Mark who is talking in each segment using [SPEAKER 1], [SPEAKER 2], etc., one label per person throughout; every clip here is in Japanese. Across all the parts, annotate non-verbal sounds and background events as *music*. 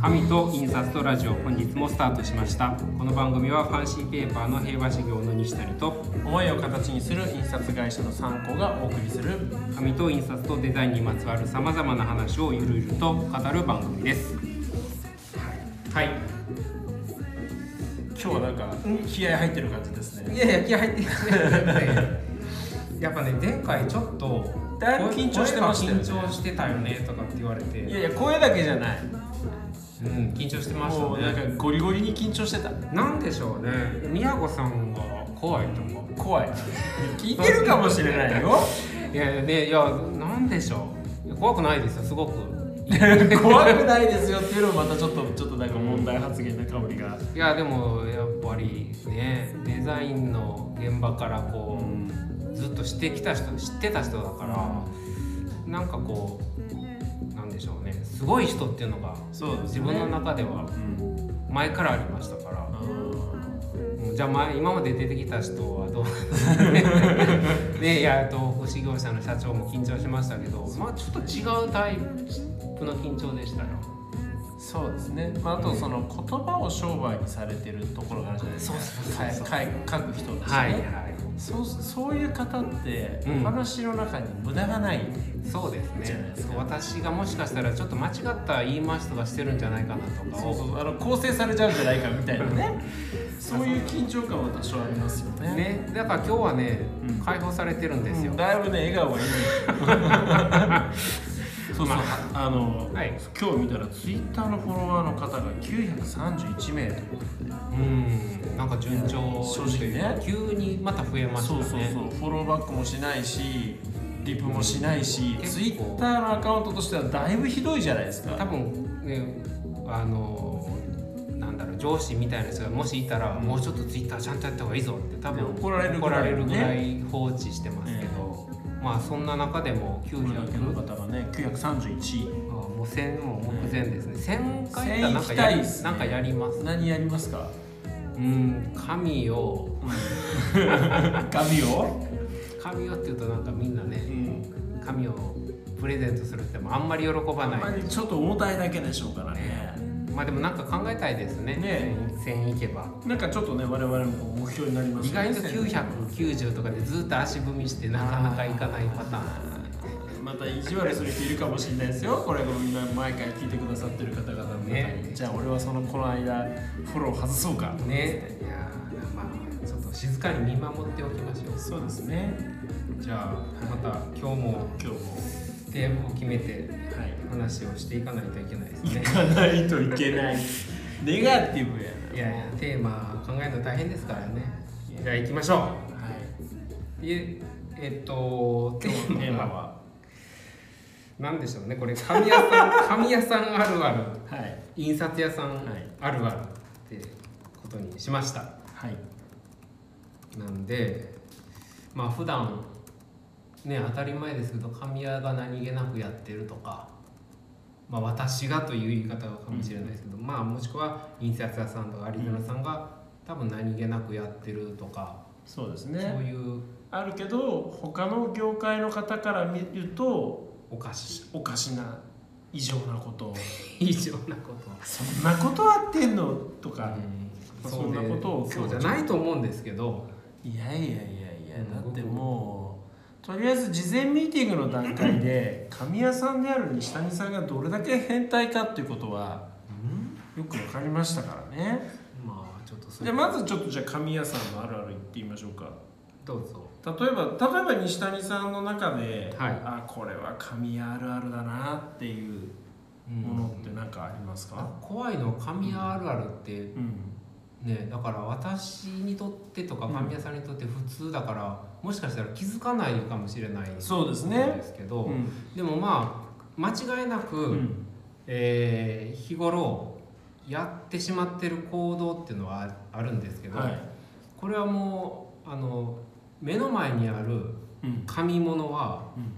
[SPEAKER 1] 紙と印刷とラジオ本日もスタートしましたこの番組はファンシーペーパーの平和事業の西谷と
[SPEAKER 2] 思いを形にする印刷会社の参考がお送りする
[SPEAKER 1] 紙と印刷とデザインにまつわるさまざまな話をゆるゆると語る番組ですはい
[SPEAKER 2] 今日はなんか気合入ってる感じですね
[SPEAKER 1] いやいや気合入ってきて *laughs* やっぱね前回ちょっと
[SPEAKER 2] だいぶ緊張してましたよね
[SPEAKER 1] 声が緊張してたよねとかって言われて
[SPEAKER 2] いやいや声だけじゃない
[SPEAKER 1] うん緊張してまし
[SPEAKER 2] もう
[SPEAKER 1] た
[SPEAKER 2] なん
[SPEAKER 1] ね
[SPEAKER 2] かゴリゴリに緊張してた
[SPEAKER 1] なんでしょうね宮子さんが怖いとか *laughs*
[SPEAKER 2] 怖い聞いてるかもしれないよ
[SPEAKER 1] いやいやでいやなんでしょういや怖くないですよすごく
[SPEAKER 2] *laughs* 怖くないですよっていうのもまたちょっとちょっとなんか問題発言な香りが、
[SPEAKER 1] いやでもやっぱりねデザインの現場からこう、ずっとしてきた人知ってた人だからなんかこうなんでしょうねすごい人っていうのが
[SPEAKER 2] そうです
[SPEAKER 1] 自
[SPEAKER 2] ね
[SPEAKER 1] 分の中では
[SPEAKER 2] うん
[SPEAKER 1] 前からありましたから
[SPEAKER 2] あー
[SPEAKER 1] うんじゃあ前今まで出てきた人はどう
[SPEAKER 2] *laughs*
[SPEAKER 1] ねいや東北事業者の社長も緊張しましたけどまあちょっと違うタイプの緊張でしたよ
[SPEAKER 2] そうですね、まあ、あとその言葉を商売にされてるところがあるじゃないですか
[SPEAKER 1] そうそうそう
[SPEAKER 2] かいかい書く人ですね、
[SPEAKER 1] はいはい
[SPEAKER 2] そうそういう方って、
[SPEAKER 1] うん
[SPEAKER 2] お話の中に無駄がない
[SPEAKER 1] そうです
[SPEAKER 2] じゃない
[SPEAKER 1] ね
[SPEAKER 2] ですか
[SPEAKER 1] そう私がもしかしたらちょっと間違った言い回しとかしてるんじゃないかなとか
[SPEAKER 2] そう
[SPEAKER 1] を
[SPEAKER 2] そうあの構成されちゃうんじゃないかみたいなねそういう緊張感は多少ありますよね
[SPEAKER 1] ね、だから今日はね、
[SPEAKER 2] うん
[SPEAKER 1] 解放されてるんですよ、
[SPEAKER 2] だいぶね笑顔がいい
[SPEAKER 1] *laughs*
[SPEAKER 2] そうそ
[SPEAKER 1] ま
[SPEAKER 2] う、あ、の、
[SPEAKER 1] はい
[SPEAKER 2] 今日見たらツイッターのフォロワーの方が931名ということで
[SPEAKER 1] うんなんか順調
[SPEAKER 2] 正直ね
[SPEAKER 1] 急にまた増えました
[SPEAKER 2] そ
[SPEAKER 1] ね
[SPEAKER 2] うそうそうフォローバックもしないしリプもしないし
[SPEAKER 1] 結
[SPEAKER 2] ツ
[SPEAKER 1] 構
[SPEAKER 2] イッターのアカウントとしてはだいぶひどいじゃないですか
[SPEAKER 1] 多分ねあのなんだろう上司みたいな人がもしいたら、もうちょっとツイッターちゃんとやった方がいいぞって多分
[SPEAKER 2] ね怒られる
[SPEAKER 1] 怒
[SPEAKER 2] ぐらい
[SPEAKER 1] られるぐらい放置してますけど、まあそんな中でも
[SPEAKER 2] これだけの
[SPEAKER 1] 900
[SPEAKER 2] 方がね931
[SPEAKER 1] あもう1000も目前ですね、1000回だ
[SPEAKER 2] 1000
[SPEAKER 1] なんかや
[SPEAKER 2] 行きたい
[SPEAKER 1] り
[SPEAKER 2] っすね
[SPEAKER 1] なんかやります
[SPEAKER 2] 何やります *laughs* か
[SPEAKER 1] うん神を
[SPEAKER 2] 髪を、
[SPEAKER 1] 神をっていうとなんかみんなね、紙をプレゼントするってもあんまり喜ば
[SPEAKER 2] あん
[SPEAKER 1] な
[SPEAKER 2] ま
[SPEAKER 1] い
[SPEAKER 2] りちょっと重たいだけでしょうからね
[SPEAKER 1] まあでもなんか考えたいですね
[SPEAKER 2] ね
[SPEAKER 1] 1000いけば
[SPEAKER 2] なんかちょっとね我々も目標になります
[SPEAKER 1] 意
[SPEAKER 2] よね
[SPEAKER 1] 外と990とかでずっと足踏みしてなかなかいかないパターン
[SPEAKER 2] また意地悪する人いるかもしれないですよこれみんな毎回聞いてくださってる方々の中に、
[SPEAKER 1] ね
[SPEAKER 2] じゃあ俺はそのこの間フォロー外そうか
[SPEAKER 1] ねいやーまあちょっと静かに見守っておきましょう
[SPEAKER 2] そうですね
[SPEAKER 1] じゃあまた今日も
[SPEAKER 2] 今日も
[SPEAKER 1] テーマを決めて
[SPEAKER 2] はい
[SPEAKER 1] 話をしていかないといけないですね
[SPEAKER 2] 行かないといけない *laughs* ネガティブや
[SPEAKER 1] *laughs* いやいやテーマ考えるの大変ですからねじゃあ行きましょ
[SPEAKER 2] なはい
[SPEAKER 1] いええっと *laughs* テ
[SPEAKER 2] 今日のテーマは
[SPEAKER 1] なんでしょうねこれ紙屋さん *laughs* 紙屋さんあるある
[SPEAKER 2] はい
[SPEAKER 1] 印刷屋さん
[SPEAKER 2] はい
[SPEAKER 1] あるあるってことにしました
[SPEAKER 2] はい
[SPEAKER 1] なんでまあ普段ね当たり前ですけど紙屋が何気なくやってるとかまあ私がという言い方かもしれないですけど、まあもしくは印刷屋さんとか有村さんが多分何気なくやってるとか、
[SPEAKER 2] そうです
[SPEAKER 1] そう
[SPEAKER 2] ね
[SPEAKER 1] いう
[SPEAKER 2] あるけど他の業界の方から見ると
[SPEAKER 1] おかし
[SPEAKER 2] おかしな異常なことを
[SPEAKER 1] い異常なこと
[SPEAKER 2] そんなことあってんのとか、
[SPEAKER 1] うん
[SPEAKER 2] そんなことを
[SPEAKER 1] そうじゃないと思うんですけど
[SPEAKER 2] いやいやいやいや
[SPEAKER 1] うん
[SPEAKER 2] だってもうとりあえず事前ミーティングの段階で神谷さんである西谷さんがどれだけ変態かっていうことはよく分かりましたからね
[SPEAKER 1] まあちょっとそ
[SPEAKER 2] じ
[SPEAKER 1] れ
[SPEAKER 2] ゃあまずちょっとじゃあ神谷さんのあるある言ってみましょうか
[SPEAKER 1] どうぞ
[SPEAKER 2] 例えば例えば西谷さんの中で、
[SPEAKER 1] はい
[SPEAKER 2] あこれは神谷あるあるだなっていうものって何かありますか、
[SPEAKER 1] 怖いのは神谷あるあるって
[SPEAKER 2] うん
[SPEAKER 1] ねだから私にとってとか神谷さんにとって普通だから、もしかしたら気づかないかもしれない
[SPEAKER 2] そうですね
[SPEAKER 1] ですけど、
[SPEAKER 2] ん
[SPEAKER 1] でもまあ間違いなく、
[SPEAKER 2] うん
[SPEAKER 1] えー日頃やってしまってる行動っていうのはああるんですけど、
[SPEAKER 2] はい
[SPEAKER 1] これはもうあの目の前にある
[SPEAKER 2] うん
[SPEAKER 1] 紙物は、
[SPEAKER 2] うん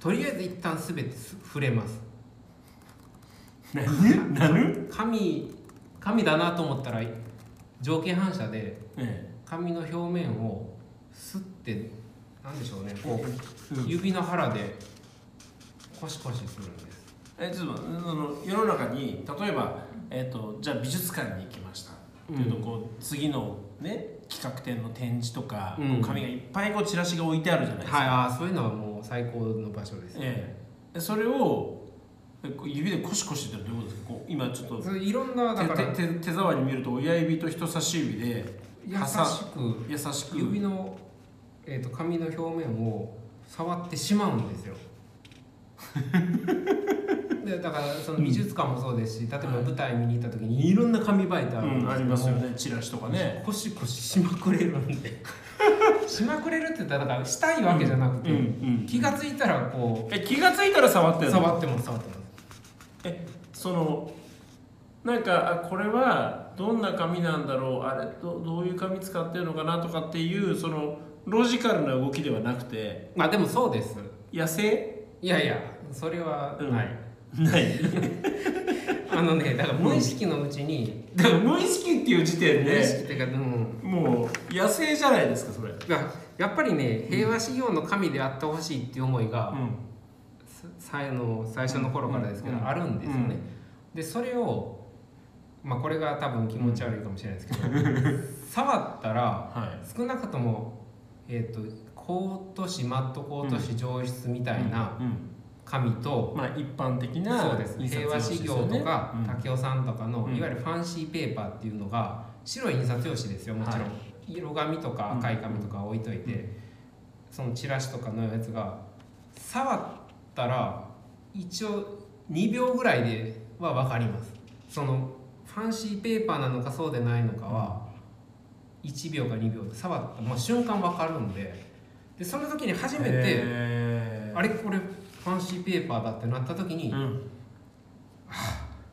[SPEAKER 1] とりあえず一旦すべてす触れます
[SPEAKER 2] 何何
[SPEAKER 1] 紙紙だなと思ったら条件反射で
[SPEAKER 2] え
[SPEAKER 1] 紙の表面をすってなんでしょうねこう
[SPEAKER 2] えうん
[SPEAKER 1] 指の腹でコシコシするんです
[SPEAKER 2] えちょっと待ってその世の中に例えば、えっとじゃあ美術館に行きました、
[SPEAKER 1] うん
[SPEAKER 2] っていうとこう次のね企画展の展示とか、
[SPEAKER 1] うん
[SPEAKER 2] 紙がいっぱいこうチラシが置いてあるじゃないですか、
[SPEAKER 1] はいあーそういうのはもう最高の場所です
[SPEAKER 2] ええ、それをえこう指でコシコシってどういうことですかこう今ちょっと
[SPEAKER 1] そういろんなだから
[SPEAKER 2] 手手手手触り見ると親指と人差し指で
[SPEAKER 1] 優しく
[SPEAKER 2] 優しく
[SPEAKER 1] 指の、えー、と紙の表面を触ってしまうんです
[SPEAKER 2] *laughs*
[SPEAKER 1] よでだからその美術館もそうですし、例えば舞台見に行った時にいろんな紙媒体
[SPEAKER 2] うん、ありますよねチラシとかね
[SPEAKER 1] ねコシコシしまくれるんでしまくれるって言ったらだからしたいわけじゃなくて、
[SPEAKER 2] うんうん、
[SPEAKER 1] 気がついたらこ
[SPEAKER 2] え気がついたら触って
[SPEAKER 1] う
[SPEAKER 2] るの
[SPEAKER 1] 触ってます触ってます
[SPEAKER 2] そのなんかあこれはどんな紙なんだろうあれどどういう紙使ってるのかなとかっていうそのロジカルな動きではなくて
[SPEAKER 1] まあでもそうです
[SPEAKER 2] 野生
[SPEAKER 1] いやいやそれは
[SPEAKER 2] うん
[SPEAKER 1] ない、
[SPEAKER 2] ない
[SPEAKER 1] あのねだから無意識のうちに、
[SPEAKER 2] だから無意識っていう時点
[SPEAKER 1] 無意
[SPEAKER 2] で
[SPEAKER 1] 識っていうかでも
[SPEAKER 2] もう野生じゃないですかそれ、
[SPEAKER 1] だからやっぱりね平和修行の神であってほしいっていう思いが、さあの最初の頃からですけど、
[SPEAKER 2] うん
[SPEAKER 1] あるんですよね。でそれをまあこれが多分気持ち悪いかもしれないですけど、
[SPEAKER 2] *laughs*
[SPEAKER 1] 触ったら
[SPEAKER 2] は
[SPEAKER 1] 少なくとも、えー、と高都市マット高都市上質み
[SPEAKER 2] い
[SPEAKER 1] たいな
[SPEAKER 2] うん
[SPEAKER 1] 神と、
[SPEAKER 2] まあ一般的な
[SPEAKER 1] そうです
[SPEAKER 2] 印刷
[SPEAKER 1] 平和修行
[SPEAKER 2] 用紙です
[SPEAKER 1] と
[SPEAKER 2] よね
[SPEAKER 1] か、
[SPEAKER 2] うん
[SPEAKER 1] 武雄さんとかの、
[SPEAKER 2] うん
[SPEAKER 1] いわゆるファンシーペーパーっていうのが白い印刷用紙ですよもちろん、
[SPEAKER 2] は
[SPEAKER 1] 色紙とか赤い紙とか置いといて、そのチラシとかのやつが触ったら一応2秒ぐらいでは分かりますそのファンシーペーパーなのかそうでないのかは1秒か2秒で触った、まあ、瞬間分かるんででその時に初めて
[SPEAKER 2] へー
[SPEAKER 1] あれこれファンシーペーパーだってなった時に
[SPEAKER 2] うん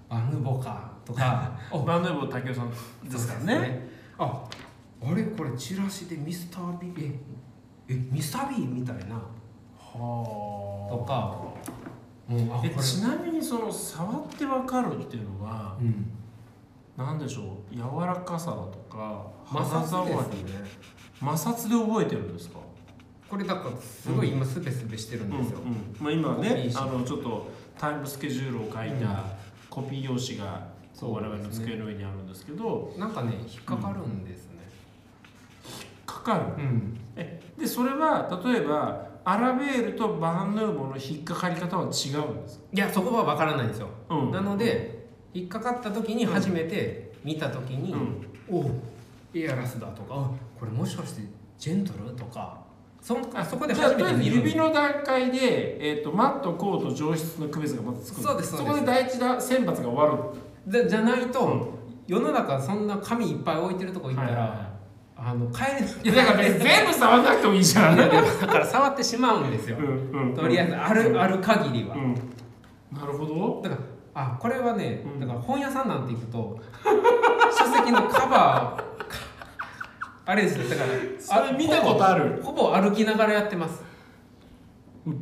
[SPEAKER 1] バヌボかと *laughs* か
[SPEAKER 2] バンドゥーボー武雄さんですからね
[SPEAKER 1] ああれこれチラシでミスター・ビーええミスター・ビーみたいなと
[SPEAKER 2] は
[SPEAKER 1] かもうあこ
[SPEAKER 2] あえ
[SPEAKER 1] れ
[SPEAKER 2] ちなみにその触ってわかるっていうのは
[SPEAKER 1] うん
[SPEAKER 2] なんでしょう柔らかさだとか
[SPEAKER 1] 摩
[SPEAKER 2] 肌触
[SPEAKER 1] 擦
[SPEAKER 2] り
[SPEAKER 1] ですね
[SPEAKER 2] 摩擦で覚えてるんですか
[SPEAKER 1] これだからすごい今スベスベしてるんですよ、
[SPEAKER 2] まあ、今
[SPEAKER 1] いい
[SPEAKER 2] ね
[SPEAKER 1] し
[SPEAKER 2] あのちょっとタイムスケジュールを書いたコピー用紙がこう
[SPEAKER 1] そう
[SPEAKER 2] 我
[SPEAKER 1] ですね
[SPEAKER 2] 々の机の上にあるんですけど
[SPEAKER 1] なんかね引っかかるんですね
[SPEAKER 2] かかる
[SPEAKER 1] うん、
[SPEAKER 2] えでそれは例えばアラベールとバンヌーボの引っかかり方は違うんです
[SPEAKER 1] いやそこは分からないんですよ、
[SPEAKER 2] うん
[SPEAKER 1] なので引っかかった時に初めて見た時に、
[SPEAKER 2] うん
[SPEAKER 1] おエアラスだとかあこれもしかしてジェントルとかそんあそこで
[SPEAKER 2] じゃあ
[SPEAKER 1] 初め
[SPEAKER 2] とりあ
[SPEAKER 1] て
[SPEAKER 2] えず
[SPEAKER 1] 見るんです
[SPEAKER 2] 指の段階で、えー、とマットコート上質の区別がまずつくん
[SPEAKER 1] そうですそうです
[SPEAKER 2] こで第一だ選抜が終わる
[SPEAKER 1] じゃじゃないと世の中そんな紙いっぱい置いてるとこ行ったら、あの帰れない
[SPEAKER 2] いやだから別に全部触らなくてもいいじゃん。う
[SPEAKER 1] だから触ってしまうんですよ、
[SPEAKER 2] ん
[SPEAKER 1] とりあえずあるある限りは、
[SPEAKER 2] うんなるほど。
[SPEAKER 1] だからあこれはね、
[SPEAKER 2] うん
[SPEAKER 1] だから本屋さんなんて行くと書籍のカバーをあれですよだから
[SPEAKER 2] それ見たことある
[SPEAKER 1] ほぼほぼ歩きながらやってます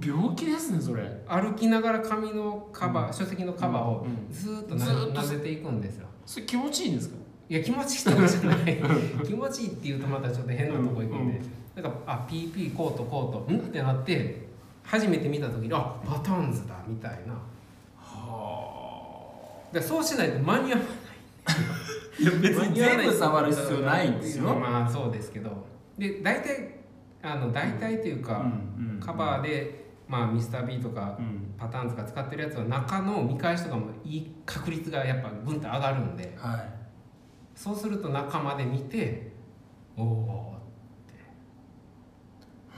[SPEAKER 2] 病気ですねそれ。
[SPEAKER 1] 歩きながら紙のカバー、書籍のカバーを
[SPEAKER 2] うん
[SPEAKER 1] ずーっとな,、
[SPEAKER 2] ずーっと
[SPEAKER 1] なぜていくんですよ
[SPEAKER 2] それ気持ちいいんですか。
[SPEAKER 1] いや気持ちいいとかじゃない気持ちいいって言うとまたちょっと変なとこ行くんで、なんかあ PP コートコートんってなって初めて見た時にあパターンズだみたいな
[SPEAKER 2] は
[SPEAKER 1] でそうしないと間に合わ
[SPEAKER 2] あ。いや別
[SPEAKER 1] 間
[SPEAKER 2] に
[SPEAKER 1] に合わない
[SPEAKER 2] 全部触る必要ないんですよ。
[SPEAKER 1] まあそうですけどで大体あの大体という
[SPEAKER 2] う
[SPEAKER 1] か、
[SPEAKER 2] んうん
[SPEAKER 1] カバーで、まあ、ミスター B とか
[SPEAKER 2] うん。
[SPEAKER 1] パターンズが使ってるやつは中の見返しとかもいい確率がやっぱぐんと上がるんで
[SPEAKER 2] はい。
[SPEAKER 1] そうすると中まで見ておお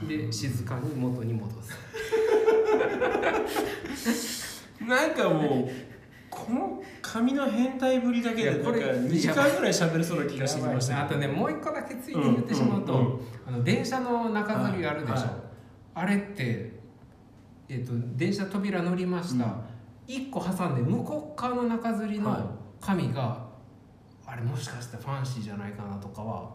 [SPEAKER 1] ーってで静かに元に戻す
[SPEAKER 2] なんかもうこの髪の変態ぶりだけで
[SPEAKER 1] いやこれ
[SPEAKER 2] なんか2時間ぐらい喋れそうな気がしてきました
[SPEAKER 1] あとねもう一個だけついて言ってしまうと、
[SPEAKER 2] うんうん
[SPEAKER 1] あの電車の中吊りあるでしょ、
[SPEAKER 2] はいはい
[SPEAKER 1] あれって、えっと電車扉乗りました、一個挟んで向こう側の中吊り
[SPEAKER 2] はい
[SPEAKER 1] の紙が、あれもしかしてファンシーじゃないかなとかは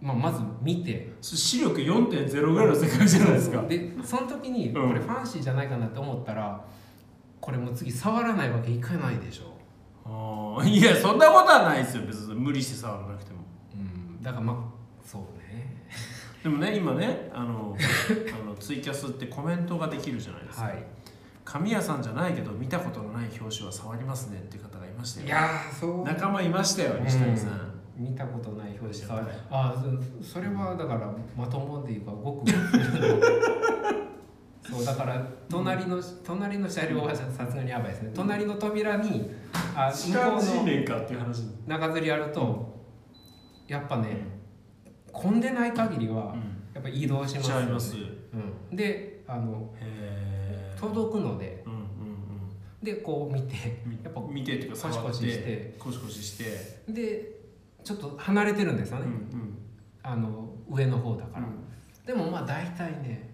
[SPEAKER 1] まあ、まず見て
[SPEAKER 2] そ視力4.0ぐらいの世界じゃないですか
[SPEAKER 1] でその時に
[SPEAKER 2] うん
[SPEAKER 1] これファンシーじゃないかなって思ったらこれもう次触らないわけいかないでしょ、
[SPEAKER 2] あーいやそんなことはないですよ別に無理して触らなくても
[SPEAKER 1] うん、だからまあそうね
[SPEAKER 2] でもね今ねあのあのツイキャスってコメントができるじゃないですか、
[SPEAKER 1] はい
[SPEAKER 2] 神谷さんじゃないけど見たことのない表紙は触りますねっていう方がいましたよ
[SPEAKER 1] いやーそう
[SPEAKER 2] 仲間いましたよ西谷さん、
[SPEAKER 1] 見たことない表紙
[SPEAKER 2] 知ら
[SPEAKER 1] 触
[SPEAKER 2] ない
[SPEAKER 1] るああそそれはだからまともでいうかごく
[SPEAKER 2] *laughs*
[SPEAKER 1] そうだから隣の、隣の車両はさすがにやばいですね隣の扉にあ向こうの
[SPEAKER 2] 年かっていう話に
[SPEAKER 1] 中吊りやるとやっぱね混んでない限りはやっぱ移動し
[SPEAKER 2] し
[SPEAKER 1] ます
[SPEAKER 2] ち
[SPEAKER 1] よ
[SPEAKER 2] ゃ
[SPEAKER 1] ね
[SPEAKER 2] いますへ
[SPEAKER 1] うん、であの
[SPEAKER 2] え
[SPEAKER 1] 届くので
[SPEAKER 2] うんうん
[SPEAKER 1] でこう見て
[SPEAKER 2] うん
[SPEAKER 1] やっぱ
[SPEAKER 2] 見てっていうか
[SPEAKER 1] コシコ
[SPEAKER 2] 触っ
[SPEAKER 1] シして
[SPEAKER 2] コシコシして
[SPEAKER 1] でちょっと離れてるんですよ
[SPEAKER 2] うん
[SPEAKER 1] ね、
[SPEAKER 2] うん
[SPEAKER 1] あの上の方だから、
[SPEAKER 2] うん
[SPEAKER 1] でもまあ大体ね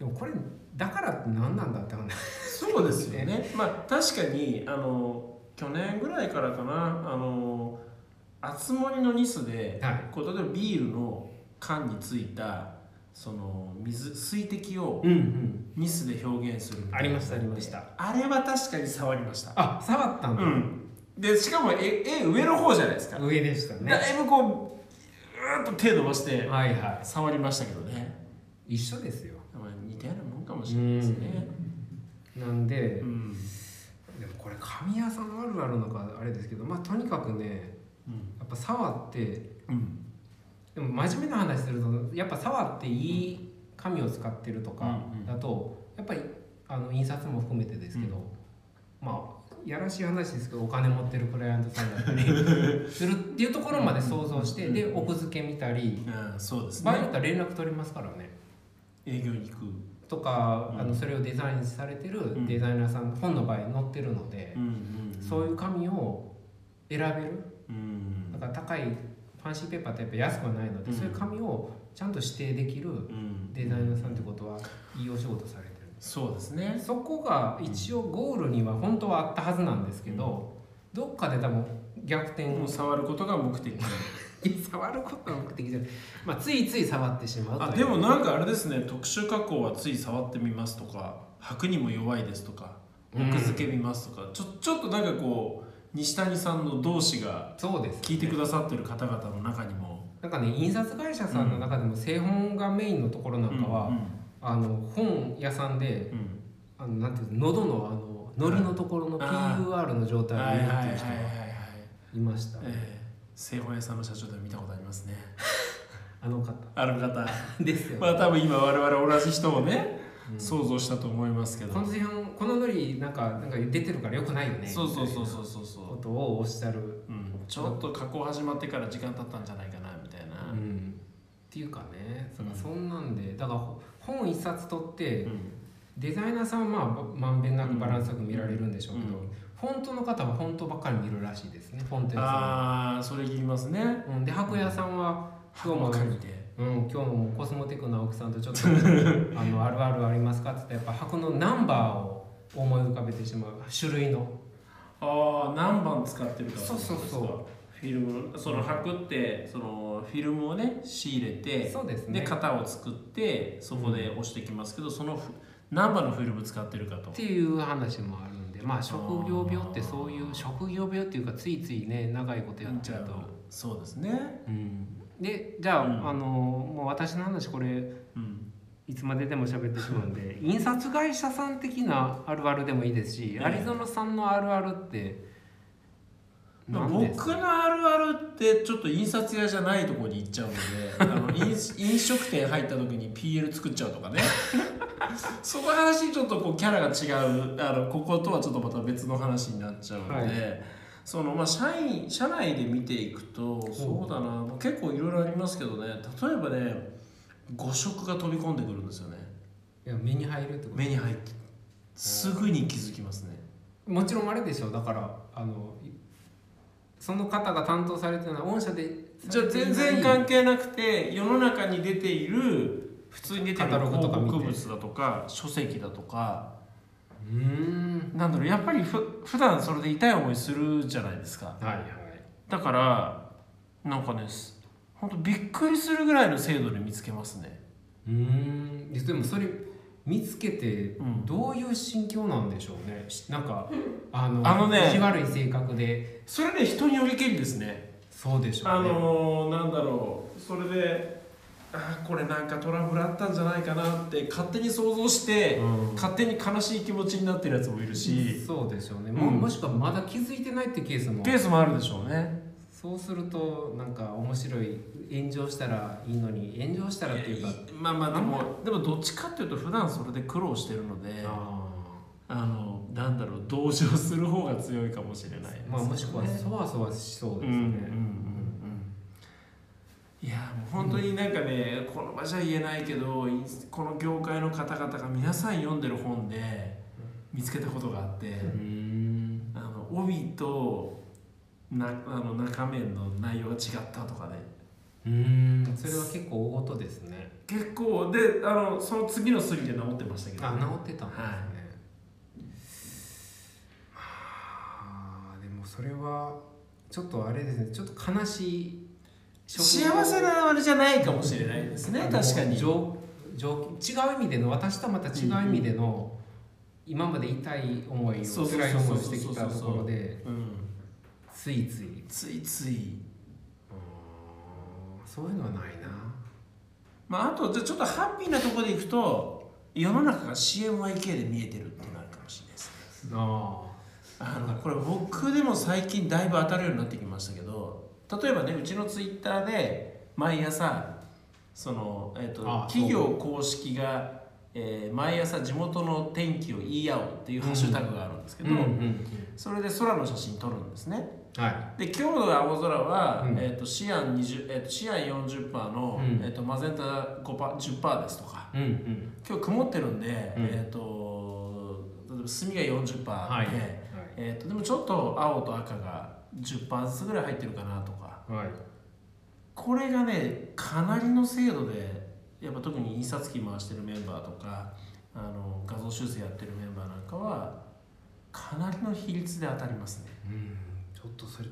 [SPEAKER 1] でもこれだからって何なんだって話
[SPEAKER 2] そうですよねまあ確かにあの去年ぐらいからかなあの厚盛りのニスで
[SPEAKER 1] はい
[SPEAKER 2] こう例えばビールの缶についたその水水滴を
[SPEAKER 1] うんうん
[SPEAKER 2] ニスで表現するみいな
[SPEAKER 1] ありましたありました
[SPEAKER 2] あれは確かに触りました
[SPEAKER 1] あ触ったんだ、
[SPEAKER 2] うんでしかもええ上の方じゃないですか
[SPEAKER 1] 上でしたね
[SPEAKER 2] だいぶこううーっと手伸ばして
[SPEAKER 1] はいは
[SPEAKER 2] 触りましたけどね、
[SPEAKER 1] い一緒ですよ
[SPEAKER 2] まあ、似たようなもんかもしれないですね
[SPEAKER 1] なんで、
[SPEAKER 2] うん、
[SPEAKER 1] でもこれ神谷さんあるあるのかあれですけどまあとにかくね
[SPEAKER 2] うん
[SPEAKER 1] やっぱ触って
[SPEAKER 2] うん
[SPEAKER 1] でも真面目な話するとやっぱ触っていい紙を使ってるとか
[SPEAKER 2] うんうん
[SPEAKER 1] だとやっぱりあの印刷も含めてですけど、まあやらしい話ですけどお金持ってるクライアントさんだった
[SPEAKER 2] *laughs*
[SPEAKER 1] りするっていうところまで想像してで奥付け見たり
[SPEAKER 2] あーそうです
[SPEAKER 1] 場合によ
[SPEAKER 2] ね
[SPEAKER 1] っては連絡取りますからね
[SPEAKER 2] 営業に行く、
[SPEAKER 1] とか、
[SPEAKER 2] うん
[SPEAKER 1] あのそれをデザインされてる
[SPEAKER 2] ん
[SPEAKER 1] デザイナーさん、本の場合載ってるので、
[SPEAKER 2] うんうん
[SPEAKER 1] そういう紙を選べる
[SPEAKER 2] うん
[SPEAKER 1] だから高いファンシーペーパーってやっぱ安くはないので、
[SPEAKER 2] うん
[SPEAKER 1] そういう紙をちゃんと指定できる
[SPEAKER 2] うん
[SPEAKER 1] デザイナーさんってことはいいお仕事されてる
[SPEAKER 2] そうですね
[SPEAKER 1] そこが一応ゴールには本当はあったはずなんですけど、どっかで多分逆転
[SPEAKER 2] も
[SPEAKER 1] を
[SPEAKER 2] う触ることが目的
[SPEAKER 1] 触ることが目的じゃない、 *laughs* まあ、ついつい触ってしまうという
[SPEAKER 2] あでもなんかあれですね特殊加工はつい触ってみますとか履くにも弱いですとか
[SPEAKER 1] うん
[SPEAKER 2] 奥付け見ますとか、ちょちょっとなんかこう西谷さんの同志が
[SPEAKER 1] そうです
[SPEAKER 2] 聞いてくださってる方々の中にも
[SPEAKER 1] なんかね印刷会社さんの中でも製本がメインのところなんかは、あの本屋さんで
[SPEAKER 2] うんうん
[SPEAKER 1] あのなんていうの喉のあのノリのところの
[SPEAKER 2] はいあー
[SPEAKER 1] PUR の状態を
[SPEAKER 2] はいはい
[SPEAKER 1] やっ
[SPEAKER 2] はい
[SPEAKER 1] て
[SPEAKER 2] はい
[SPEAKER 1] る人がいました、
[SPEAKER 2] ええ製本屋さんの社長でも見たことありますね
[SPEAKER 1] あの方
[SPEAKER 2] ある方 *laughs*
[SPEAKER 1] ですよ、
[SPEAKER 2] まあ多分今我々同じ人をね、想像したと思いますけど
[SPEAKER 1] この製本このノリなんかなんか出てるからよくないよね
[SPEAKER 2] そうそうそううそうそうそ
[SPEAKER 1] ことをおっしゃる
[SPEAKER 2] う、うん、ちょっと加工始まってから時間経ったんじゃないかなみたいな、
[SPEAKER 1] うんっていうかねそ
[SPEAKER 2] うん
[SPEAKER 1] そんなんでだからほ本一冊取って
[SPEAKER 2] うん
[SPEAKER 1] デザイナーさんはまあばまんべんなくバランスよく見られるんでしょうけど、
[SPEAKER 2] うん
[SPEAKER 1] フォントの方はフォントばっかり見るらしいですねフォント屋さ
[SPEAKER 2] ああそれ聞きますね
[SPEAKER 1] ん、うん、で箔屋さんは、今日
[SPEAKER 2] も
[SPEAKER 1] も
[SPEAKER 2] 限で
[SPEAKER 1] うん、今日もコスモテクの奥さんとちょっ
[SPEAKER 2] *laughs*
[SPEAKER 1] とあのあるあるありますかって言ったらやっぱ箔のナンバーを思い浮かべてしまう種類の
[SPEAKER 2] ああ何番使ってるかってことです
[SPEAKER 1] そう
[SPEAKER 2] か
[SPEAKER 1] そうそ
[SPEAKER 2] フィルムその履くってそのフィルムをね仕入れて
[SPEAKER 1] そうです
[SPEAKER 2] で
[SPEAKER 1] ね
[SPEAKER 2] 型を作ってそこで押してきますけど、そのフ何番のフィルム使ってるかと
[SPEAKER 1] っていう話もあるんでまあ職業病ってそういう職業病っていうかついついね長いことやっちゃうと
[SPEAKER 2] そうですね
[SPEAKER 1] うんでじゃあ,、
[SPEAKER 2] うん
[SPEAKER 1] あのもう私の話これ
[SPEAKER 2] うん
[SPEAKER 1] いつまででも喋ってしまうん
[SPEAKER 2] *laughs*
[SPEAKER 1] で印刷会社さん的なあるあるでもいいですし、
[SPEAKER 2] ええ
[SPEAKER 1] アリゾナさんのあるあるって何です
[SPEAKER 2] 僕のあるあるってちょっと印刷屋じゃないところに行っちゃうのであの飲 *laughs* 飲食店入った時に PL 作っちゃうとかね *laughs* その話ちょっとこうキャラが違うあのこことはちょっとまた別の話になっちゃうので、
[SPEAKER 1] はい
[SPEAKER 2] そのまあ社員社内で見ていくとそうだな結構いろいろありますけどね例えばね誤色が飛び込んでくるんですよね
[SPEAKER 1] いや目に入るってこ
[SPEAKER 2] 目に入ってすぐに気づきますね
[SPEAKER 1] ともちろんあれでしょだからあのいその方が担当されてるのは御社で
[SPEAKER 2] じゃあ全然関係なくて世の中に出ている普通に出ている
[SPEAKER 1] カタログとか見て
[SPEAKER 2] 広告物だとか書籍だとか
[SPEAKER 1] うーん
[SPEAKER 2] なんだろうやっぱりふ普段それで痛い思いするじゃないですか
[SPEAKER 1] はいはい
[SPEAKER 2] だからなんかねす本当びっくりするぐらいの精度で見つけますね
[SPEAKER 1] うーんでもそれ見つけて
[SPEAKER 2] うん
[SPEAKER 1] どういう心境なんでしょうね、しなんかあの
[SPEAKER 2] あのね
[SPEAKER 1] 意地悪い性格で
[SPEAKER 2] それね人によりけりですね
[SPEAKER 1] そうでしょうね
[SPEAKER 2] あのー、なんだろうそれであーこれなんかトラブルあったんじゃないかなって勝手に想像して、
[SPEAKER 1] うん
[SPEAKER 2] 勝手に悲しい気持ちになってるやつもいるし、
[SPEAKER 1] そうでしょうね、
[SPEAKER 2] うん
[SPEAKER 1] ももしくはまだ気づいてないってケースも
[SPEAKER 2] ケースもあるでしょうね
[SPEAKER 1] そうするとなんか面白い炎上したらいいのに炎上したらっていうか
[SPEAKER 2] いやいまあまあでもでもどっちかっていうと普段それで苦労してるので
[SPEAKER 1] あ
[SPEAKER 2] あのなんだろう同情する方が強いかもしれないですね
[SPEAKER 1] ーまあもしくはそわそわしそうですよ
[SPEAKER 2] うんうんうん
[SPEAKER 1] ね、
[SPEAKER 2] うんいやもう本当になんかね、この場じゃ言えないけどインスこの業界の方々が皆さん読んでる本で見つけたことがあって、
[SPEAKER 1] うん
[SPEAKER 2] あの帯となあの中面の内容が違ったとかね
[SPEAKER 1] うんそれは結構大事ですね
[SPEAKER 2] 結構であのその次のすりで治ってましたけど、
[SPEAKER 1] あ
[SPEAKER 2] ね、
[SPEAKER 1] 治ってたんですね、まあでもそれはちょっとあれですねちょっと悲しい
[SPEAKER 2] 幸せなあれじゃないかもしれないですね確かに
[SPEAKER 1] 上上違う意味での私とはまた違う意味での、今まで痛い思いを
[SPEAKER 2] そうそうそう
[SPEAKER 1] 辛い思いをしてきたところで
[SPEAKER 2] うん、
[SPEAKER 1] ついつい
[SPEAKER 2] ついつい
[SPEAKER 1] そういうのはないな
[SPEAKER 2] まあ、あとじゃあちょっとハッピーなところでいくと世の中が CMYK で見えてるっていうのがあるかもしれないですね
[SPEAKER 1] あ
[SPEAKER 2] あのこれ僕でも最近だいぶ当たるようになってきましたけど例えばねうちのツイッターで毎朝その、えっと
[SPEAKER 1] あ
[SPEAKER 2] 企業公式が、えー毎朝地元の天気を言い合おうっていうハッシュタグがあるんですけど、それで空の写真撮るんですね
[SPEAKER 1] はい
[SPEAKER 2] で今日の青空は、
[SPEAKER 1] うん
[SPEAKER 2] えっとシアン20、えっとシアン40%の、
[SPEAKER 1] うん
[SPEAKER 2] えっとマゼンタ5パ10%ですとか
[SPEAKER 1] うんうん
[SPEAKER 2] 今日曇ってるんで、
[SPEAKER 1] うん
[SPEAKER 2] えっ、と例えば墨が40%あって、
[SPEAKER 1] はい
[SPEAKER 2] えー、とでもちょっと青と赤が10%ずつぐらい入ってるかなとか
[SPEAKER 1] はい
[SPEAKER 2] これがねかなりの精度でやっぱ特に印刷機回してるメンバーとかあの画像修正やってるメンバーなんかはかなりの比率で当たりますね。
[SPEAKER 1] うんちょっとそれ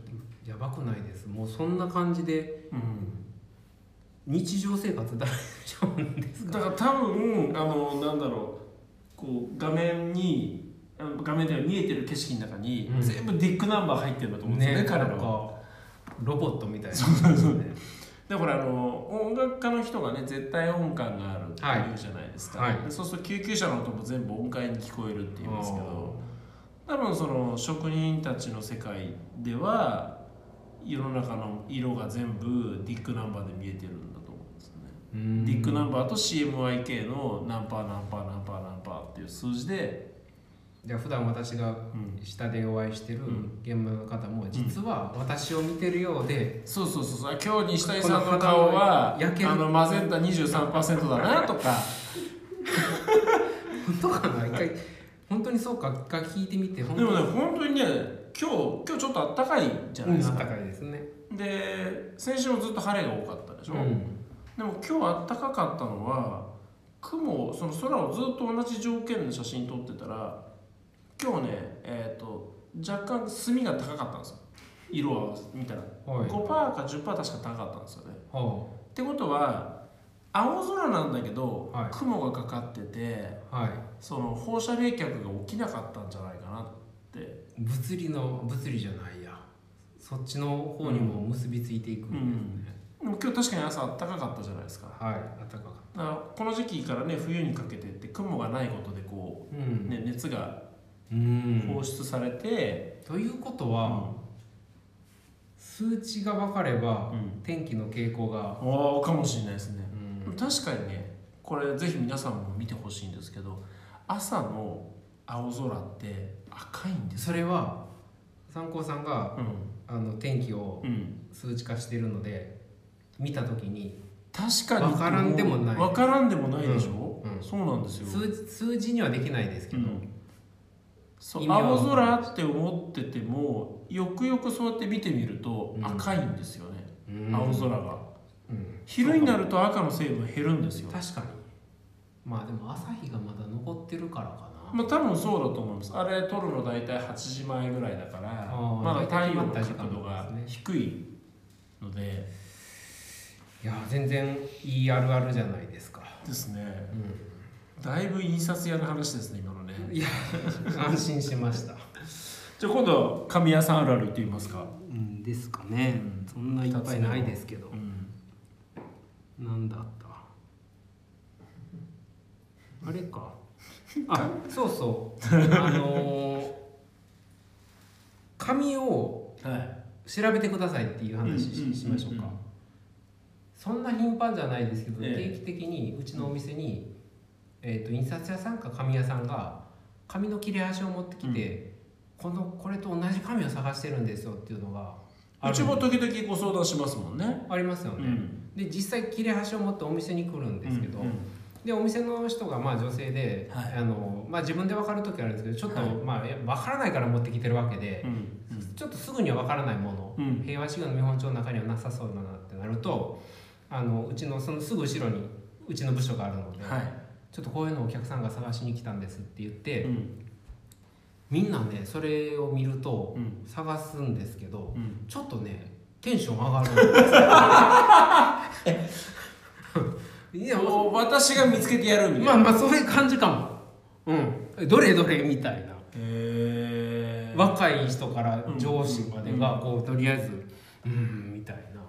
[SPEAKER 1] やばくないですもうそんな感じで
[SPEAKER 2] うん、
[SPEAKER 1] 日常生活大丈夫です
[SPEAKER 2] だ
[SPEAKER 1] か
[SPEAKER 2] から多分あのなんだろうこう画面にあの画面では見えてる景色の中に、
[SPEAKER 1] うん
[SPEAKER 2] 全部ディックナンバー入ってるんだと思うんですよね彼ら
[SPEAKER 1] なん
[SPEAKER 2] は
[SPEAKER 1] か。ロボットみたいなそうですね
[SPEAKER 2] だからあの音楽家の人がね絶対音感があるって
[SPEAKER 1] はい
[SPEAKER 2] 言うじゃないですか、
[SPEAKER 1] はい
[SPEAKER 2] でそうすると救急車の音も全部音階に聞こえるって言うんですけど多分その職人たちの世界では世の中の色が全部ディックナンバーで見えてるんだと思うんですよね、
[SPEAKER 1] うん
[SPEAKER 2] ディックナンバーと CMYK の何パー何パー何パー何パーっていう数字で、
[SPEAKER 1] じゃあ普段私が
[SPEAKER 2] うん
[SPEAKER 1] 下でお会いしてる
[SPEAKER 2] うん
[SPEAKER 1] 現場の方も実は私を見てるようで、
[SPEAKER 2] そうそうそうそう今日西谷さんの顔は
[SPEAKER 1] この花は焼ける
[SPEAKER 2] あのマゼンタ23%だなとか。
[SPEAKER 1] 本当かな一回本当にそうか一回聞いてみて本
[SPEAKER 2] で
[SPEAKER 1] 当
[SPEAKER 2] も
[SPEAKER 1] に
[SPEAKER 2] ね本当にね今日今日ちょっとあったかいじゃないです
[SPEAKER 1] うん
[SPEAKER 2] か、
[SPEAKER 1] 暖かいですね、
[SPEAKER 2] で先週もずっと晴れが多かったでしょ、
[SPEAKER 1] うん
[SPEAKER 2] でも今日あったかかったのは雲その空をずっと同じ条件で写真撮ってたら今日ねえっ、と若干墨が高かったんですよ色合わせみたいな、
[SPEAKER 1] はい
[SPEAKER 2] 5%か10%確か高かったんですよね
[SPEAKER 1] は
[SPEAKER 2] ってことは青空なんだけど、
[SPEAKER 1] はい
[SPEAKER 2] 雲がかかってて
[SPEAKER 1] あはい
[SPEAKER 2] その放射冷却が起きなかったんじゃないかなって
[SPEAKER 1] 物理の物理じゃないやそっちの方にも結びついていくんですね、
[SPEAKER 2] でも今日確かに朝暖かかったじゃないですか
[SPEAKER 1] はい暖かかっ
[SPEAKER 2] だからこの時期からね冬にかけてって雲がないことでこ
[SPEAKER 1] たう
[SPEAKER 2] う、
[SPEAKER 1] ん、
[SPEAKER 2] ね、熱が
[SPEAKER 1] うん
[SPEAKER 2] 放出されて、
[SPEAKER 1] ということは、数値が分かれば、
[SPEAKER 2] うん
[SPEAKER 1] 天気の傾向
[SPEAKER 2] あ
[SPEAKER 1] が、
[SPEAKER 2] あかもしれないですね、確かにねこれぜひ皆さんも見てほしいんですけど朝の青空って赤いんです
[SPEAKER 1] それは参考さんが
[SPEAKER 2] うん、
[SPEAKER 1] あの天気を
[SPEAKER 2] うん、
[SPEAKER 1] 数値化してるので見た時に
[SPEAKER 2] 確かに
[SPEAKER 1] わからんでもない
[SPEAKER 2] わからんでもないでしょ、
[SPEAKER 1] うんうん
[SPEAKER 2] そうなんですよ
[SPEAKER 1] 数数字にはできないですけど、
[SPEAKER 2] うんそう
[SPEAKER 1] 意味は
[SPEAKER 2] 青空って思っててもよくよくそうやって見てみると
[SPEAKER 1] うん
[SPEAKER 2] 赤いんですよね、
[SPEAKER 1] うん
[SPEAKER 2] 青空が
[SPEAKER 1] うん
[SPEAKER 2] 昼になると赤の成分減るんですよ
[SPEAKER 1] 確かにまあでも朝日がまだ残ってるからかな、
[SPEAKER 2] まあ多分そうだと思いますあれ撮るの大体8時前ぐらいだから
[SPEAKER 1] あー
[SPEAKER 2] まだ
[SPEAKER 1] 大体
[SPEAKER 2] 太陽の
[SPEAKER 1] 決まった時間
[SPEAKER 2] 角度が
[SPEAKER 1] ですね
[SPEAKER 2] 低いので
[SPEAKER 1] いや全然いいあるあるじゃないですか、
[SPEAKER 2] です
[SPEAKER 1] う
[SPEAKER 2] ね
[SPEAKER 1] ん、
[SPEAKER 2] だいぶ印刷屋の話ですね今のね
[SPEAKER 1] いや安心しました、
[SPEAKER 2] じゃあ今度神谷さんあるあるって言いますか
[SPEAKER 1] うん、ですかね
[SPEAKER 2] うん
[SPEAKER 1] そんないっぱいないですけど
[SPEAKER 2] うん
[SPEAKER 1] なんだ
[SPEAKER 2] *laughs*
[SPEAKER 1] ったあれ
[SPEAKER 2] *laughs*
[SPEAKER 1] かあそうそうあのー紙を
[SPEAKER 2] はい
[SPEAKER 1] 調べてくださいっていう話
[SPEAKER 2] うんうんうんう
[SPEAKER 1] し
[SPEAKER 2] ん
[SPEAKER 1] しましょうかそんな頻繁じゃないですけど、
[SPEAKER 2] ええ
[SPEAKER 1] 定期的にうちのお店に、えー、と印刷屋さんか紙屋さんが紙の切れ端を持ってきて、このこれと同じ紙を探してるんですよっていうのがあ
[SPEAKER 2] う
[SPEAKER 1] る
[SPEAKER 2] ちも時々ご相談しますもんね
[SPEAKER 1] ありますよね、
[SPEAKER 2] ん
[SPEAKER 1] で実際切れ端を持ってお店に来るんですけど、
[SPEAKER 2] うんうん
[SPEAKER 1] でお店の人がまあ女性で、
[SPEAKER 2] はい
[SPEAKER 1] あのまあ、自分で分かる時あるんですけどちょっと、
[SPEAKER 2] はい
[SPEAKER 1] まあいや分からないから持ってきてるわけで、
[SPEAKER 2] うん
[SPEAKER 1] ちょっとすぐには分からないもの、
[SPEAKER 2] うん
[SPEAKER 1] 平和主義の見本帳の中にはなさそうだなってなるとあのうちのそのすぐ後ろにうちの部署があるので、
[SPEAKER 2] はい
[SPEAKER 1] ちょっとこういうのをお客さんが探しに来たんですって言って、
[SPEAKER 2] うん
[SPEAKER 1] みんなねそれを見ると
[SPEAKER 2] うん
[SPEAKER 1] 探すんですけど、
[SPEAKER 2] うん
[SPEAKER 1] ちょっとねテンション上がるんですよ
[SPEAKER 2] *laughs*
[SPEAKER 1] *laughs* いや
[SPEAKER 2] もう私が見つけてやるみたいな
[SPEAKER 1] まあまあそういう感じかもうんどれどれみたいな
[SPEAKER 2] へー
[SPEAKER 1] 若い人から上司までがこうとりあえずうんみたいな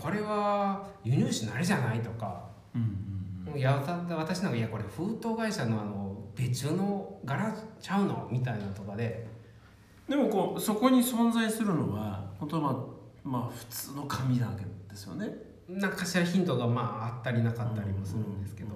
[SPEAKER 1] これは輸入紙慣れじゃないとか
[SPEAKER 2] うん
[SPEAKER 1] いやわた私なんかいやこれ封筒会社のあの別注の柄ちゃうのみたいなとかで
[SPEAKER 2] でもこうそこに存在するのは本当まあまあ普通の紙なわけですよね。
[SPEAKER 1] なんかしらヒントがまああったりなかったりもするんですけど、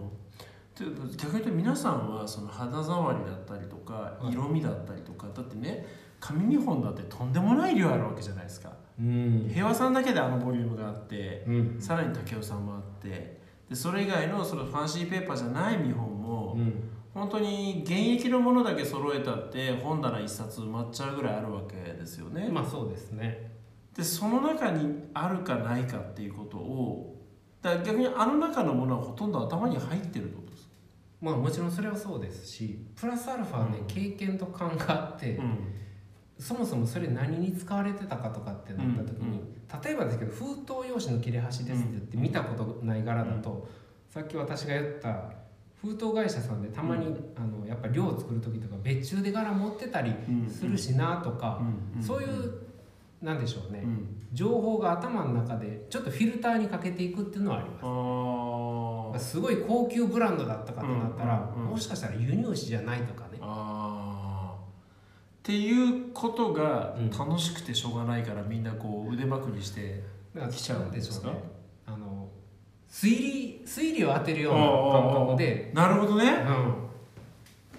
[SPEAKER 2] というと逆に言うと皆さんはその肌触りだったりとか
[SPEAKER 1] はい
[SPEAKER 2] 色味だったりとか、だってね紙2本だってとんでもない量あるわけじゃないですか。
[SPEAKER 1] うん
[SPEAKER 2] 平和さんだけであのボリュームがあって、
[SPEAKER 1] うん
[SPEAKER 2] さらに竹雄さんもあってでそれ以外のそのファンシーペーパーじゃない見本も、
[SPEAKER 1] うん
[SPEAKER 2] 本当に現役のものだけ揃えたって本棚一冊埋まっちゃうぐらいあるわけですよね。
[SPEAKER 1] まあそうですね
[SPEAKER 2] でその中にあるかないかっていうことをだから逆にあの中のものはほとんど頭に入ってるってことですか、
[SPEAKER 1] まあもちろんそれはそうですしプラスアルファね、
[SPEAKER 2] うん
[SPEAKER 1] 経験と勘があって、そもそもそれ何に使われてたかとかってなった時に、例えばですけど封筒用紙の切れ端ですって言って見たことない柄だと、さっき私が言った封筒会社さんでたまに、あのやっぱ量を作る時とか別注で柄持ってたり
[SPEAKER 2] うん
[SPEAKER 1] するしなとか、
[SPEAKER 2] うんうん
[SPEAKER 1] そういうなんでしょう
[SPEAKER 2] う
[SPEAKER 1] ね、
[SPEAKER 2] ん
[SPEAKER 1] 情報が頭の中でちょっとフィルターにかけていくっていうのはあります
[SPEAKER 2] あー
[SPEAKER 1] すごい高級ブランドだったかとなったら、
[SPEAKER 2] うんうんうん
[SPEAKER 1] もしかしたら輸入紙じゃないとかね
[SPEAKER 2] あーっていうことが
[SPEAKER 1] うん
[SPEAKER 2] 楽しくてしょうがないからみんなこう腕まくりして
[SPEAKER 1] だから
[SPEAKER 2] 来ちゃうんですか
[SPEAKER 1] なんしょうねあの推理推理を当てるような感覚で、
[SPEAKER 2] なるほど
[SPEAKER 1] う
[SPEAKER 2] ね
[SPEAKER 1] ん、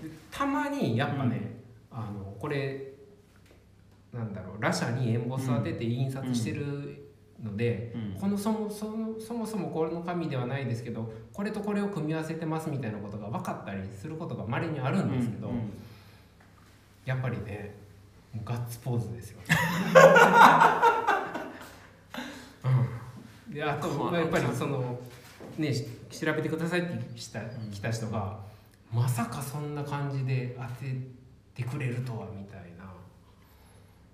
[SPEAKER 1] でたまにやっぱね、あのこれなんだろう羅舎にエンボス当てて印刷してるので、
[SPEAKER 2] うん
[SPEAKER 1] このそもそもそもそもこれの紙ではないですけどこれとこれを組み合わせてますみたいなことが分かったりすることがまれにあるんですけど、
[SPEAKER 2] うんうん
[SPEAKER 1] やっぱりねもうガッツポーズ *laughs* ですよ。うん、であと
[SPEAKER 2] この
[SPEAKER 1] やっぱりそのねし調べてくださいって来た来た人が、まさかそんな感じで当ててくれるとはみたいな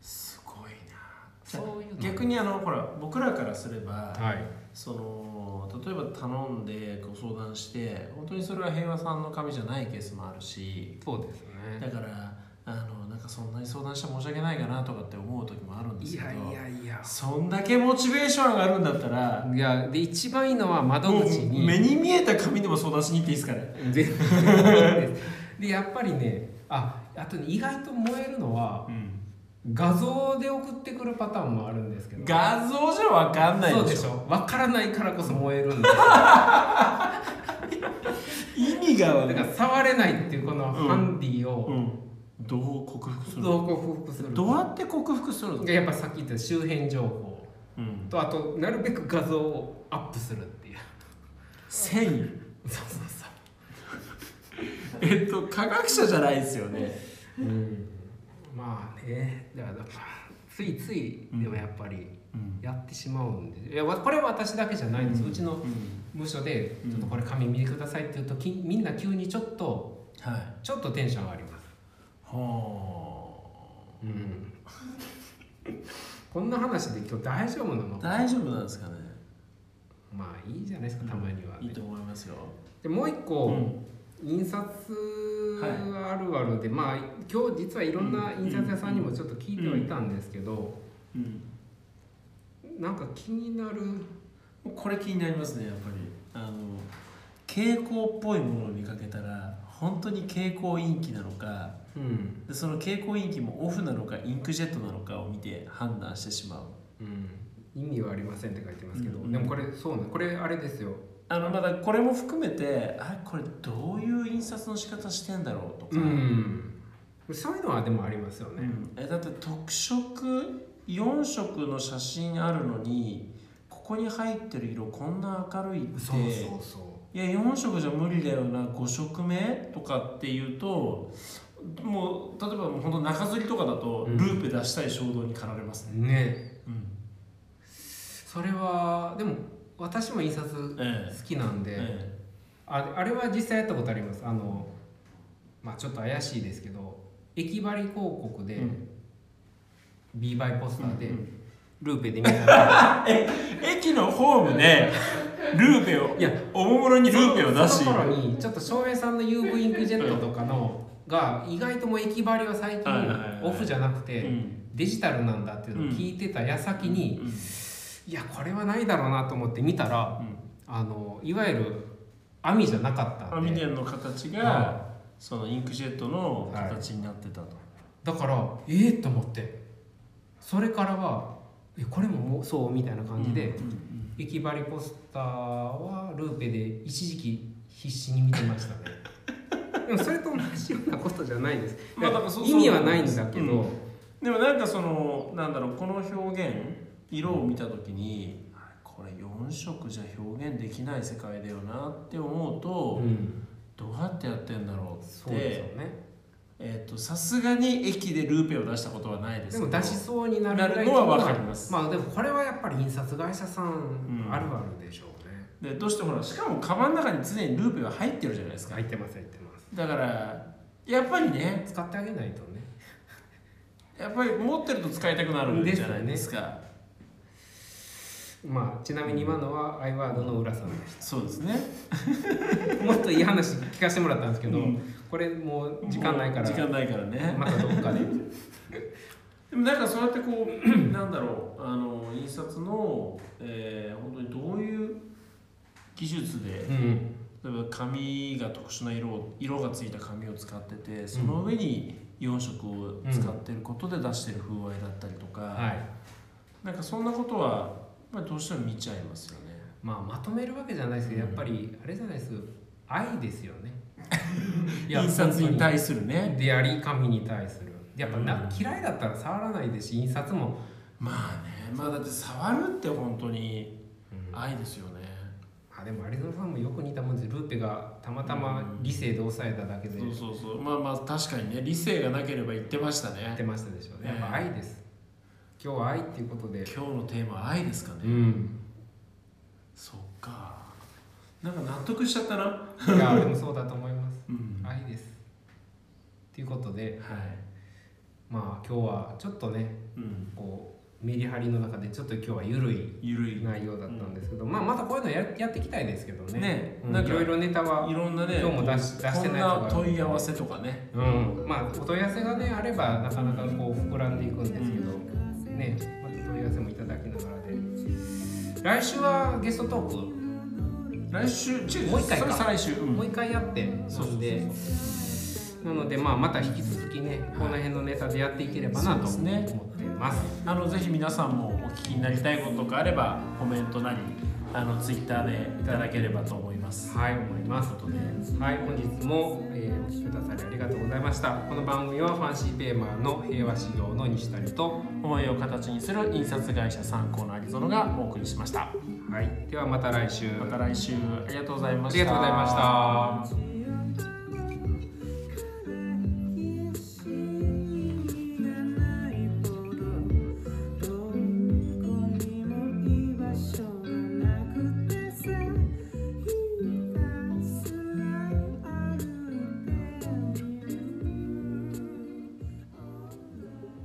[SPEAKER 2] すごいな
[SPEAKER 1] そういうの
[SPEAKER 2] 逆にあのほら僕らからすれば
[SPEAKER 1] はい
[SPEAKER 2] その例えば頼んでご相談して本当にそれは平和さんの紙じゃないケースもあるし
[SPEAKER 1] そうですね。
[SPEAKER 2] だからあのなんかそんなに相談して申し訳ないかなとかって思う時もあるんで
[SPEAKER 1] い
[SPEAKER 2] すけど
[SPEAKER 1] やいやいや。
[SPEAKER 2] そんだけモチベーション上がるんだったら
[SPEAKER 1] いやで一番いいのは窓
[SPEAKER 2] もう
[SPEAKER 1] 口に
[SPEAKER 2] 目に見えた紙でも相談しに行っていいですから
[SPEAKER 1] で *laughs* でやっぱりねああとね意外と燃えるのは画像で送ってくるパターンもあるんですけど
[SPEAKER 2] 画像じゃ分かんない
[SPEAKER 1] そう
[SPEAKER 2] で
[SPEAKER 1] で
[SPEAKER 2] し
[SPEAKER 1] し
[SPEAKER 2] ょ
[SPEAKER 1] ょ分からないからこそ燃えるんですよ
[SPEAKER 2] 意味が
[SPEAKER 1] だ
[SPEAKER 2] 分
[SPEAKER 1] か
[SPEAKER 2] から
[SPEAKER 1] 触れないっていうこの
[SPEAKER 2] うん
[SPEAKER 1] ハンディを
[SPEAKER 2] うんどう克服する
[SPEAKER 1] どう克服する
[SPEAKER 2] どうやって克服するの
[SPEAKER 1] がやっぱさっき言った周辺情報
[SPEAKER 2] うん
[SPEAKER 1] とあとなるべく画像をアップするっていう
[SPEAKER 2] 繊維
[SPEAKER 1] そうそうそ
[SPEAKER 2] えっと科学者じゃないですよね
[SPEAKER 1] う、うん、まあねだからまあついついでもやっぱり
[SPEAKER 2] うん
[SPEAKER 1] やってしまうんで、いやわこれは私だけじゃないんです、うちの部署で
[SPEAKER 2] うん
[SPEAKER 1] ちょっとこれ紙見てくださいって言うときみんな急にちょっと
[SPEAKER 2] はい
[SPEAKER 1] ちょっとテンション上がります
[SPEAKER 2] は
[SPEAKER 1] うんこんな話で今日大丈夫なの
[SPEAKER 2] あ大丈夫なんですかね
[SPEAKER 1] まあいいじゃないですかたまには、ね
[SPEAKER 2] いいと思いますよ。
[SPEAKER 1] でもう一個、
[SPEAKER 2] うん
[SPEAKER 1] 印刷あるあるで、まあ今日実はいろんな印刷屋さんにもちょっと聞いてはいたんですけど、
[SPEAKER 2] うん
[SPEAKER 1] なんか気になる
[SPEAKER 2] これ気になりますねやっぱりあの蛍光っぽいものを見かけたら本当に蛍光インキなのか
[SPEAKER 1] うん、
[SPEAKER 2] でその蛍光インキもオフなのかインクジェットなのかを見て判断してしまう
[SPEAKER 1] うん、意味はありませんって書いてますけど、
[SPEAKER 2] うんうん
[SPEAKER 1] でもこれそうねこれあれですよ、
[SPEAKER 2] あのまだこれも含めてあこれどういう印刷の仕方してんだろうとか、
[SPEAKER 1] うん、そういうのはでもありますよ
[SPEAKER 2] う
[SPEAKER 1] ね、
[SPEAKER 2] んえだって特色4色の写真あるのにここに入ってる色こんな明るいって
[SPEAKER 1] そうそうそ
[SPEAKER 2] いや4色じゃ無理だよな5色目とかっていうともう例えばもうほんと中吊りとかだと
[SPEAKER 1] うん
[SPEAKER 2] ループ出したい衝動に駆られますね、
[SPEAKER 1] うね
[SPEAKER 2] うん
[SPEAKER 1] それはでも私も印刷好
[SPEAKER 2] え
[SPEAKER 1] きなん
[SPEAKER 2] え
[SPEAKER 1] で、
[SPEAKER 2] え
[SPEAKER 1] ああれは実際やったことありますあのまあちょっと怪しいですけど駅張り広告
[SPEAKER 2] え
[SPEAKER 1] で、
[SPEAKER 2] うん
[SPEAKER 1] ビーバイポスターで、
[SPEAKER 2] うんう
[SPEAKER 1] ルーペで見たら
[SPEAKER 2] 駅のホームでルーペを
[SPEAKER 1] いや
[SPEAKER 2] おもむろ *laughs* にルーペを出し
[SPEAKER 1] その頃にちょっと照明さんの UV インクジェットとかのが意外ともう駅張りは最近
[SPEAKER 2] はいはいはいはい
[SPEAKER 1] オフじゃなく
[SPEAKER 2] う
[SPEAKER 1] て
[SPEAKER 2] ん
[SPEAKER 1] デジタルなんだっていうのを聞いてた矢先に
[SPEAKER 2] うん
[SPEAKER 1] いやこれはないだろうなと思って見たら
[SPEAKER 2] うん
[SPEAKER 1] あのいわゆる網じゃなかった
[SPEAKER 2] ア
[SPEAKER 1] ん
[SPEAKER 2] ミ
[SPEAKER 1] で
[SPEAKER 2] デンの形が、
[SPEAKER 1] は
[SPEAKER 2] そのインクジェットの形になってたと、
[SPEAKER 1] だからええと思ってそれからはえこれももうそうみたいな感じで、
[SPEAKER 2] うんうん
[SPEAKER 1] 駅張りポスターはルーペで一時期必死に見てましたねでもそれと同じようなことじゃないです、
[SPEAKER 2] まあだからそ
[SPEAKER 1] 意味はないんだけど、
[SPEAKER 2] うんでもなんかそのなんだろうこの表現色を見た時に、あこれ4色じゃ表現できない世界だよなって思うと、
[SPEAKER 1] うん
[SPEAKER 2] どうやってやってんだろう
[SPEAKER 1] そ
[SPEAKER 2] っ
[SPEAKER 1] うですよ
[SPEAKER 2] て
[SPEAKER 1] ね
[SPEAKER 2] えーとさすがに駅でルーペを出したことはないで
[SPEAKER 1] です
[SPEAKER 2] け
[SPEAKER 1] も
[SPEAKER 2] ど
[SPEAKER 1] 出しそうになるぐらい
[SPEAKER 2] なるのはわかります
[SPEAKER 1] まあでもこれはやっぱり印刷会社さ
[SPEAKER 2] うんん
[SPEAKER 1] あるあるでしょうね、
[SPEAKER 2] でどうしてほらしかもカバンの中に常にルーペが入ってるじゃないですか
[SPEAKER 1] 入ってます入ってま
[SPEAKER 2] だからやっぱりね
[SPEAKER 1] す使ってあげないとね
[SPEAKER 2] やっぱり持ってると使いたくなるじゃないですか
[SPEAKER 1] まあちなみに今のはアイワードの浦さんで
[SPEAKER 2] そうですね
[SPEAKER 1] すもっといい話聞かせてもらったんですけど、
[SPEAKER 2] うん
[SPEAKER 1] これもう時間ないから
[SPEAKER 2] 時間ないからね
[SPEAKER 1] またどっかで
[SPEAKER 2] でもなんかそうやって
[SPEAKER 1] *clears throat*
[SPEAKER 2] こうなんだろうあの印刷の、えー本当にどういう技術で
[SPEAKER 1] うん
[SPEAKER 2] 例えば紙が特殊な色を色がついた紙を使っててその上に4色を使ってることで出してる風合いだったりとか、
[SPEAKER 1] はい
[SPEAKER 2] なんかそんなことは、まあ、どうしても見ちゃいますよね。
[SPEAKER 1] まあ、まとめるわけじゃないですけど、やっぱりあれじゃないです愛ですよ
[SPEAKER 2] *laughs*
[SPEAKER 1] ね
[SPEAKER 2] 印刷に対するね。
[SPEAKER 1] であり紙に対するやっぱな、
[SPEAKER 2] うん
[SPEAKER 1] 嫌いだったら触らないですし印刷も、
[SPEAKER 2] まあね、まあだって触るって本当に
[SPEAKER 1] あ
[SPEAKER 2] 愛ですよね。
[SPEAKER 1] あでも有園さんもよく似たもんですルーペがたまたま理性で抑えただけで
[SPEAKER 2] そう
[SPEAKER 1] や
[SPEAKER 2] そうそう。まあまあ確かにね、理性がなければ言ってましたね。
[SPEAKER 1] ってましたでしょうねや
[SPEAKER 2] うん
[SPEAKER 1] っぱ愛です今日は愛っていうことで
[SPEAKER 2] 今日のテーマは愛ですかね、
[SPEAKER 1] うん
[SPEAKER 2] そっかなんか納得しちゃったな、
[SPEAKER 1] いやでもそうだと思います
[SPEAKER 2] うんはい
[SPEAKER 1] 愛ですっていうことでまあ今日はちょっとね
[SPEAKER 2] うん、
[SPEAKER 1] こうメリハリの中でちょっと今日は緩い
[SPEAKER 2] ゆるい
[SPEAKER 1] 内容だったんですけど、まあまたこういうのややっていきたいですけどね
[SPEAKER 2] ね
[SPEAKER 1] うん
[SPEAKER 2] なん
[SPEAKER 1] い
[SPEAKER 2] か、
[SPEAKER 1] ろいろネタはい
[SPEAKER 2] ろんなね
[SPEAKER 1] 今日も出し出してないやつ
[SPEAKER 2] こん
[SPEAKER 1] が
[SPEAKER 2] な問い合わせとかね
[SPEAKER 1] うん、まあお問い合わせがねあればなかなかこう膨らんでいくんですけど、ねまた問い合わせもいただきながらで来週はゲストトー
[SPEAKER 2] 来週違
[SPEAKER 1] もう一回か
[SPEAKER 2] それ再来週、う
[SPEAKER 1] ク
[SPEAKER 2] ん
[SPEAKER 1] もう一回やって
[SPEAKER 2] そうそう
[SPEAKER 1] な
[SPEAKER 2] そう
[SPEAKER 1] んでなのでまあまた引き続きねこの辺のネタでやっていければなと思
[SPEAKER 2] そう
[SPEAKER 1] っ
[SPEAKER 2] で
[SPEAKER 1] て
[SPEAKER 2] すね
[SPEAKER 1] ます。
[SPEAKER 2] あのぜひ皆さんもお聞きになりたいことがあればコメントなりあのツイッターでいただければと思います
[SPEAKER 1] はい、思います。とはい、本日も、えーお聞きくださりありがとうございました。この番組はファンシーペーマーの平和修行の西谷と、
[SPEAKER 2] 思いを形にする印刷会社参考のアリゾノがお送りしました
[SPEAKER 1] はい、ではまた来週。
[SPEAKER 2] また来週ありがとうございま
[SPEAKER 1] あ
[SPEAKER 2] した
[SPEAKER 1] りがとうございました。